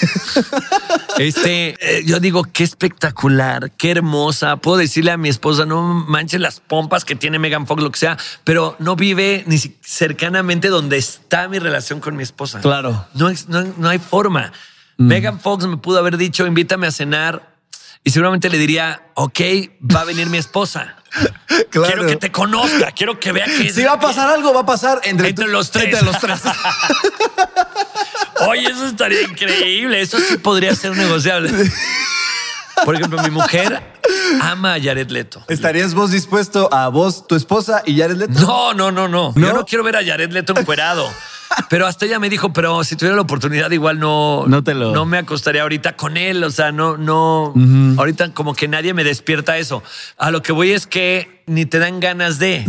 Speaker 3: Este, eh, yo digo qué espectacular, qué hermosa. Puedo decirle a mi esposa, no manches las pompas que tiene Megan Fox, lo que sea, pero no vive ni si- cercanamente donde está mi relación con mi esposa.
Speaker 1: Claro. Mm.
Speaker 3: No, es- no, no hay forma. Megan Fox me pudo haber dicho, invítame a cenar y seguramente le diría, ok, va a venir mi esposa. Quiero que te conozca, quiero que vea que
Speaker 1: Si va a pasar algo, va a pasar entre,
Speaker 3: Entre
Speaker 1: tú-
Speaker 3: los tres.
Speaker 1: Entre los tres.
Speaker 3: Oye, eso estaría increíble. Eso sí podría ser negociable. Por ejemplo, mi mujer ama a Jared Leto.
Speaker 1: ¿Estarías vos dispuesto a vos, tu esposa y Jared Leto?
Speaker 3: No, no, no, no, Yo no quiero ver a Jared Leto encuerado. Pero hasta ella me dijo, pero si tuviera la oportunidad, igual no,
Speaker 1: No te lo-
Speaker 3: no me acostaría ahorita con él. O sea, no, no. Ahorita como que nadie me despierta eso. A lo que voy es que ni te dan ganas de.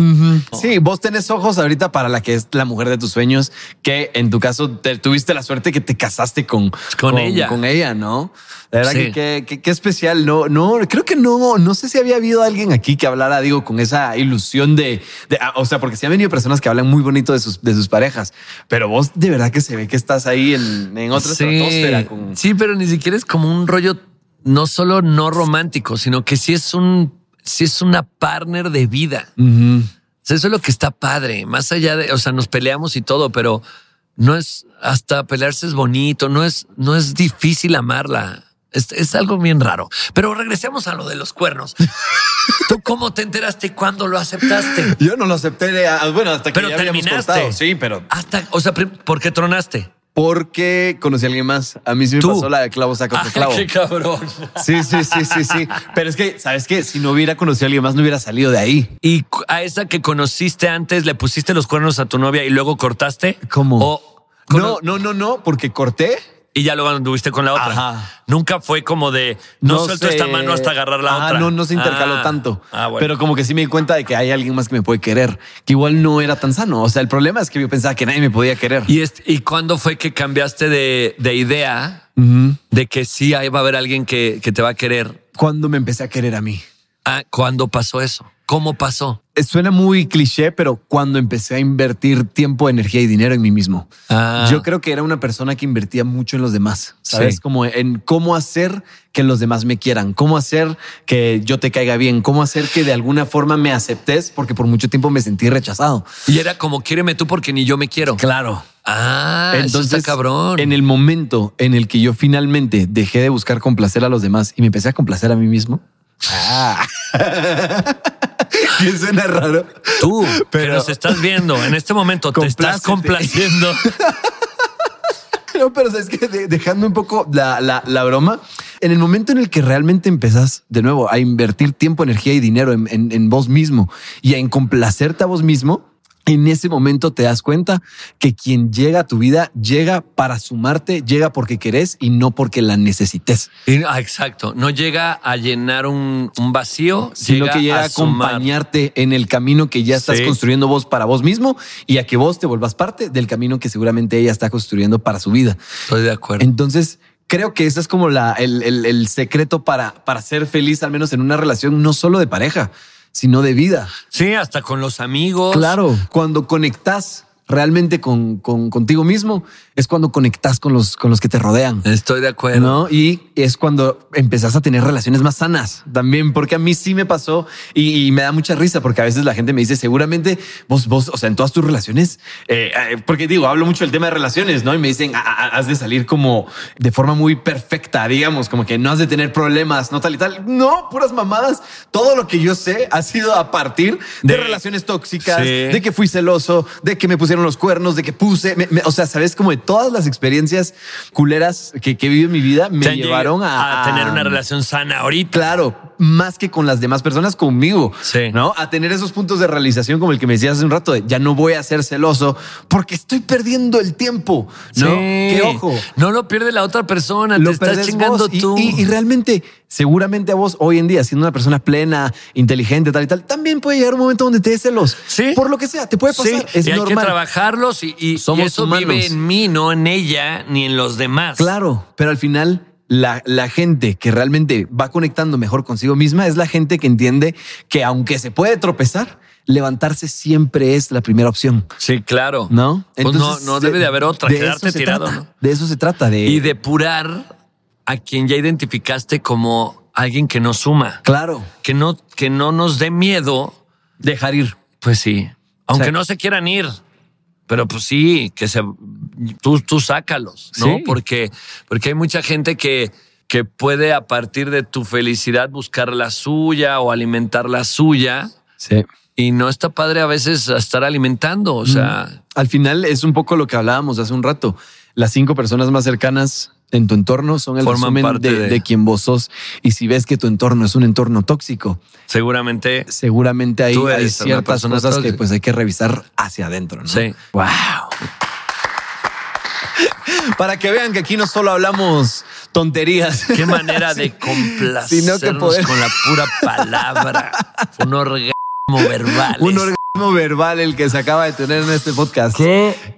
Speaker 1: Sí, vos tenés ojos ahorita para la que es la mujer de tus sueños, que en tu caso te- tuviste la suerte que te casaste con,
Speaker 3: Con ella.
Speaker 1: Con ella, ¿no? La verdad
Speaker 3: Sí.
Speaker 1: que- que que- que especial. No, no, creo que no, no sé si había habido alguien aquí que hablara, digo, con esa ilusión de, de- ah, o sea, porque sí han venido personas que hablan muy bonito de sus, de sus parejas, pero vos de verdad que se ve que estás ahí en, en otra estratosfera. Con...
Speaker 3: Sí, pero ni siquiera es como un rollo no solo no romántico, sino que sí es un sí es una partner de vida.
Speaker 1: Ujú.
Speaker 3: O sea, eso es lo que está padre. Más allá de, o sea, nos peleamos y todo, pero no es hasta pelearse es bonito, no es no es difícil amarla. Es, es algo bien raro. Pero regresemos a lo de los cuernos. ¿Tú cómo te enteraste y cuándo lo aceptaste?
Speaker 1: Yo no lo acepté, ah, bueno, hasta que
Speaker 3: Pero
Speaker 1: ya habíamos
Speaker 3: terminaste.
Speaker 1: cortado. Sí, pero
Speaker 3: Hasta, o sea, prim- ¿por qué tronaste?
Speaker 1: porque conocí a alguien más. A mí sí me
Speaker 3: Tú. Ah,
Speaker 1: pasó la de clavo saco de clavo.
Speaker 3: qué cabrón.
Speaker 1: Sí, sí, sí, sí, sí. Pero es que, ¿sabes qué? Si no hubiera conocido a alguien más, no hubiera salido de ahí.
Speaker 3: ¿Y cu- a esa que conociste antes le pusiste los cuernos a tu novia y luego cortaste?
Speaker 1: ¿Cómo?
Speaker 3: O-
Speaker 1: No, no, no, no, porque corté.
Speaker 3: y ya luego anduviste con la otra.
Speaker 1: Ajá.
Speaker 3: Nunca fue como de no, suelto
Speaker 1: sé.
Speaker 3: esta mano hasta agarrar la
Speaker 1: Ah,
Speaker 3: otra.
Speaker 1: No, no se intercaló
Speaker 3: Ah,
Speaker 1: tanto.
Speaker 3: Ah, bueno.
Speaker 1: Pero como que sí me di cuenta de que hay alguien más que me puede querer, que igual no era tan sano. O sea, el problema es que yo pensaba que nadie me podía querer.
Speaker 3: ¿Y, este- ¿Y cuándo fue que cambiaste de, de idea de que sí ahí va a haber alguien que, que te va a querer?
Speaker 1: cuando me empecé a querer a mí.
Speaker 3: Ah, ¿Cuándo pasó eso? ¿Cómo pasó?
Speaker 1: Eh, Suena muy cliché, pero cuando empecé a invertir tiempo, energía y dinero en mí mismo.
Speaker 3: Ah.
Speaker 1: Yo creo que era una persona que invertía mucho en los demás, ¿sabes?
Speaker 3: Sí.
Speaker 1: Como en cómo hacer que los demás me quieran, cómo hacer que yo te caiga bien, cómo hacer que de alguna forma me aceptes, porque por mucho tiempo me sentí rechazado.
Speaker 3: Y era como quiéreme tú porque ni yo me quiero.
Speaker 1: Claro.
Speaker 3: Ah, entonces
Speaker 1: Entonces,
Speaker 3: cabrón.
Speaker 1: en el momento en el que yo finalmente dejé de buscar complacer a los demás y me empecé a complacer a mí mismo,
Speaker 3: Ah.
Speaker 5: Que suena raro.
Speaker 3: Tú, que
Speaker 1: Pero-
Speaker 3: nos estás viendo en este momento, te estás
Speaker 1: Complácete.
Speaker 3: complaciendo.
Speaker 1: No, pero sabes que dejando un poco la, la- la broma, en el momento en el que realmente empezás de nuevo a invertir tiempo, energía y dinero en, en- en vos mismo y a complacerte a vos mismo, en ese momento te das cuenta que quien llega a tu vida llega para sumarte, llega porque querés y no porque la necesites,
Speaker 3: Y- ah, exacto. No llega a llenar un, un vacío,
Speaker 1: sino que llega a,
Speaker 3: sumar.
Speaker 1: acompañarte en el camino que ya estás
Speaker 3: Sí.
Speaker 1: construyendo vos para vos mismo y a que vos te vuelvas parte del camino que seguramente ella está construyendo para su vida.
Speaker 3: Estoy de acuerdo.
Speaker 1: Entonces, creo que ese es como la, el, el- el secreto para, para ser feliz, al menos en una relación no solo de pareja, sino de vida.
Speaker 3: sí, hasta con los amigos.
Speaker 1: Claro, cuando conectas realmente con, con- contigo mismo, es cuando conectas con los, con los que te rodean.
Speaker 3: Estoy de acuerdo.
Speaker 1: ¿no? Y es cuando empezás a tener relaciones más sanas también, porque a mí sí me pasó y, y me da mucha risa porque a veces la gente me dice, seguramente vos, vos, o sea, en todas tus relaciones, eh, eh, porque digo, hablo mucho del tema de relaciones, ¿no? Y me dicen, "Ah, ah, ah, has de salir como de forma muy perfecta, digamos, como que no has de tener problemas, no tal y tal. No, puras mamadas. Todo lo que yo sé ha sido a partir de,
Speaker 3: De-
Speaker 1: relaciones tóxicas,
Speaker 3: Sí.
Speaker 1: de que fui celoso, de que me pusieron los cuernos, de que puse, me- me- o sea, sabes, como de todas las experiencias culeras que, que he vivido en mi vida, me
Speaker 3: Te han
Speaker 1: llevaron
Speaker 3: llegado
Speaker 1: a,
Speaker 3: tener una relación sana ahorita.
Speaker 1: Claro, más que con las demás personas, conmigo,
Speaker 3: Sí.
Speaker 1: ¿no? A tener esos puntos de realización como el que me decías hace un rato, de, ya no voy a ser celoso porque estoy perdiendo el tiempo, ¿no?
Speaker 3: Sí.
Speaker 1: Que ojo,
Speaker 3: No lo pierde la otra persona,
Speaker 1: lo
Speaker 3: te estás
Speaker 1: perdés
Speaker 3: chingando
Speaker 1: vos. Y-
Speaker 3: tú.
Speaker 1: Y, y realmente, seguramente a vos hoy en día, siendo una persona plena, inteligente, tal y tal, también puede llegar un momento donde te des celos.
Speaker 3: Sí.
Speaker 1: Por lo que sea, te puede pasar.
Speaker 3: Sí,
Speaker 1: Es
Speaker 3: y hay
Speaker 1: normal.
Speaker 3: que trabajarlos y, y- y
Speaker 1: Somos
Speaker 3: eso
Speaker 1: humanos.
Speaker 3: vive en mí, no en ella ni en los demás.
Speaker 1: Claro, pero al final la, la gente que realmente va conectando mejor consigo misma es la gente que entiende que aunque se puede tropezar, levantarse siempre es la primera opción,
Speaker 3: Sí, claro.
Speaker 1: ¿no?
Speaker 3: Pues
Speaker 1: Entonces,
Speaker 3: no, no debe de haber otra,
Speaker 1: eso
Speaker 3: quedarte
Speaker 1: se
Speaker 3: tirado,
Speaker 1: trata,
Speaker 3: ¿no?
Speaker 1: De eso se trata, de...
Speaker 3: Y depurar a quien ya identificaste como alguien que no suma,
Speaker 1: claro,
Speaker 3: que no, que no nos dé miedo.
Speaker 1: dejar ir.
Speaker 3: Pues sí, aunque
Speaker 1: Exacto.
Speaker 3: no se quieran ir, pero pues sí, que se, tú, tú sácalos, ¿no?
Speaker 1: Sí.
Speaker 3: Porque, porque hay mucha gente que, que puede a partir de tu felicidad buscar la suya o alimentar la suya.
Speaker 1: Sí.
Speaker 3: Y no está padre a veces a estar alimentando, o sea,
Speaker 1: Mm. Al final es un poco lo que hablábamos hace un rato. Las cinco personas más cercanas en tu entorno son el
Speaker 3: Forman
Speaker 1: resumen
Speaker 3: parte
Speaker 1: de,
Speaker 3: de-
Speaker 1: de quien vos sos. Y si ves que tu entorno es un entorno tóxico,
Speaker 3: seguramente
Speaker 1: seguramente hay,
Speaker 3: Tú
Speaker 1: hay
Speaker 3: eres una
Speaker 1: ciertas
Speaker 3: persona
Speaker 1: cosas que
Speaker 3: tóxica.
Speaker 1: pues hay que revisar hacia adentro. ¿no?
Speaker 3: Sí.
Speaker 1: Wow. Para que vean que aquí no solo hablamos tonterías.
Speaker 3: qué manera de complacernos
Speaker 1: sino que poder-
Speaker 3: con la pura palabra, un orgasmo verbal.
Speaker 1: Un orgasmo verbal el que se acaba de tener en este podcast.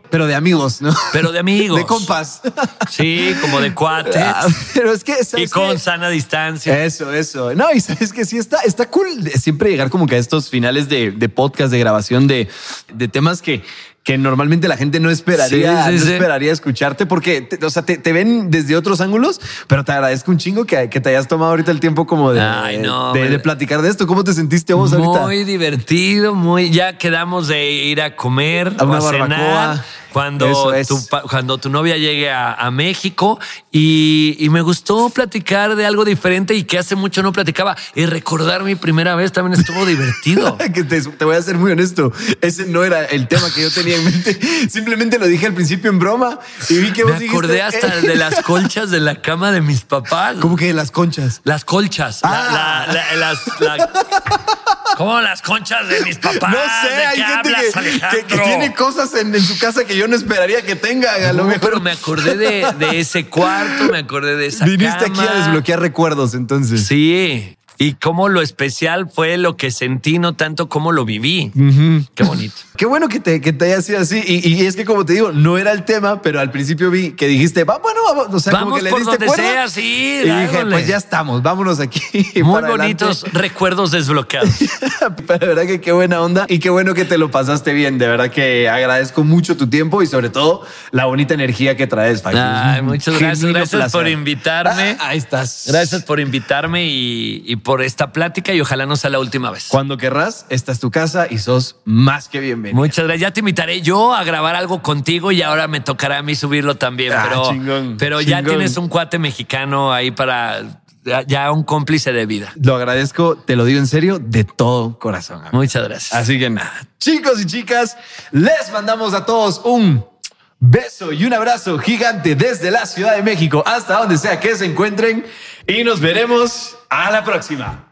Speaker 1: Pero de amigos, ¿no?
Speaker 3: Pero de amigos.
Speaker 1: De compas.
Speaker 3: Sí, como de cuates.
Speaker 1: Ah, Pero es que
Speaker 3: y
Speaker 1: ¿sabes
Speaker 3: con
Speaker 1: qué?
Speaker 3: sana distancia.
Speaker 1: Eso, eso. No, y sabes que sí está, está cool de siempre llegar como que a estos finales de, de podcast, de grabación, de, de temas que, que normalmente la gente no esperaría,
Speaker 3: Sí, sí,
Speaker 1: no
Speaker 3: sí.
Speaker 1: esperaría escucharte porque, te- o sea, te, te ven desde otros ángulos, pero te agradezco un chingo que, que te hayas tomado ahorita el tiempo como de,
Speaker 3: Ay, no,
Speaker 1: de,
Speaker 3: me-
Speaker 1: de platicar de esto. ¿Cómo te sentiste vos ahorita?
Speaker 3: Muy divertido, muy. Ya quedamos de ir a comer
Speaker 1: A
Speaker 3: o
Speaker 1: una
Speaker 3: a cenar
Speaker 1: barbacoa. Eso
Speaker 3: Cuando
Speaker 1: es.
Speaker 3: tu, pa- cuando tu novia llegue a, a México y, y me gustó platicar de algo diferente y que hace mucho no platicaba. Y recordar mi primera vez también estuvo divertido.
Speaker 1: Que te, te voy a ser muy honesto, ese no era el tema que yo tenía en mente. Simplemente lo dije al principio en broma y vi que
Speaker 3: Me
Speaker 1: vos
Speaker 3: acordé
Speaker 1: dijiste,
Speaker 3: hasta
Speaker 1: eh,
Speaker 3: de las conchas de la cama de mis papás.
Speaker 1: ¿Cómo que las conchas?
Speaker 3: Las colchas. la-
Speaker 1: Ah.
Speaker 3: la- la- las, la- ¿Cómo las conchas de mis papás?
Speaker 1: No sé,
Speaker 3: ¿De
Speaker 1: hay
Speaker 3: qué
Speaker 1: gente
Speaker 3: hablas,
Speaker 1: que- que- que,
Speaker 3: Alejandro?
Speaker 1: tiene cosas en, en su casa que yo no esperaría que tengan. A lo
Speaker 3: No,
Speaker 1: mejor
Speaker 3: pero me acordé de, de ese cuarto, me acordé de esa
Speaker 1: viniste aquí
Speaker 3: cama.
Speaker 1: a desbloquear recuerdos, entonces.
Speaker 3: Sí. Y cómo lo especial fue lo que sentí, no tanto como lo viví. Qué bonito.
Speaker 1: Qué bueno que te, que te haya sido así. Y, y es que, como te digo, no era el tema, pero al principio vi que dijiste, va, bueno, vamos, o sea, como
Speaker 3: Vamos
Speaker 1: que le
Speaker 3: por
Speaker 1: diste
Speaker 3: donde
Speaker 1: cuerda.
Speaker 3: sea, sí.
Speaker 1: Y dije,
Speaker 3: dándole.
Speaker 1: pues ya estamos, vámonos aquí.
Speaker 3: Muy
Speaker 1: para adelante.
Speaker 3: bonitos recuerdos desbloqueados.
Speaker 1: Pero de verdad que qué buena onda y qué bueno que te lo pasaste bien. De verdad que agradezco mucho tu tiempo y sobre todo la bonita energía que traes, Fakir.
Speaker 3: Ay, muchas gracias.
Speaker 1: Genuino
Speaker 3: Gracias por
Speaker 1: placer.
Speaker 3: invitarme.
Speaker 1: Ah, ahí estás.
Speaker 3: Gracias por invitarme y, y por esta plática y ojalá no sea la última vez.
Speaker 1: Cuando querrás, esta es tu casa y sos más que bienvenido.
Speaker 3: Muchas gracias. Ya te invitaré yo a grabar algo contigo y ahora me tocará a mí subirlo también.
Speaker 1: Ah,
Speaker 3: pero
Speaker 1: chingón,
Speaker 3: pero ya
Speaker 1: chingón.
Speaker 3: tienes un cuate mexicano ahí para ya, ya un cómplice de vida.
Speaker 1: Lo agradezco, te lo digo en serio, de todo corazón. amigo.
Speaker 3: Muchas gracias.
Speaker 1: Así que nada, chicos y chicas, les mandamos a todos un beso y un abrazo gigante desde la Ciudad de México hasta donde sea que se encuentren y nos veremos a la próxima.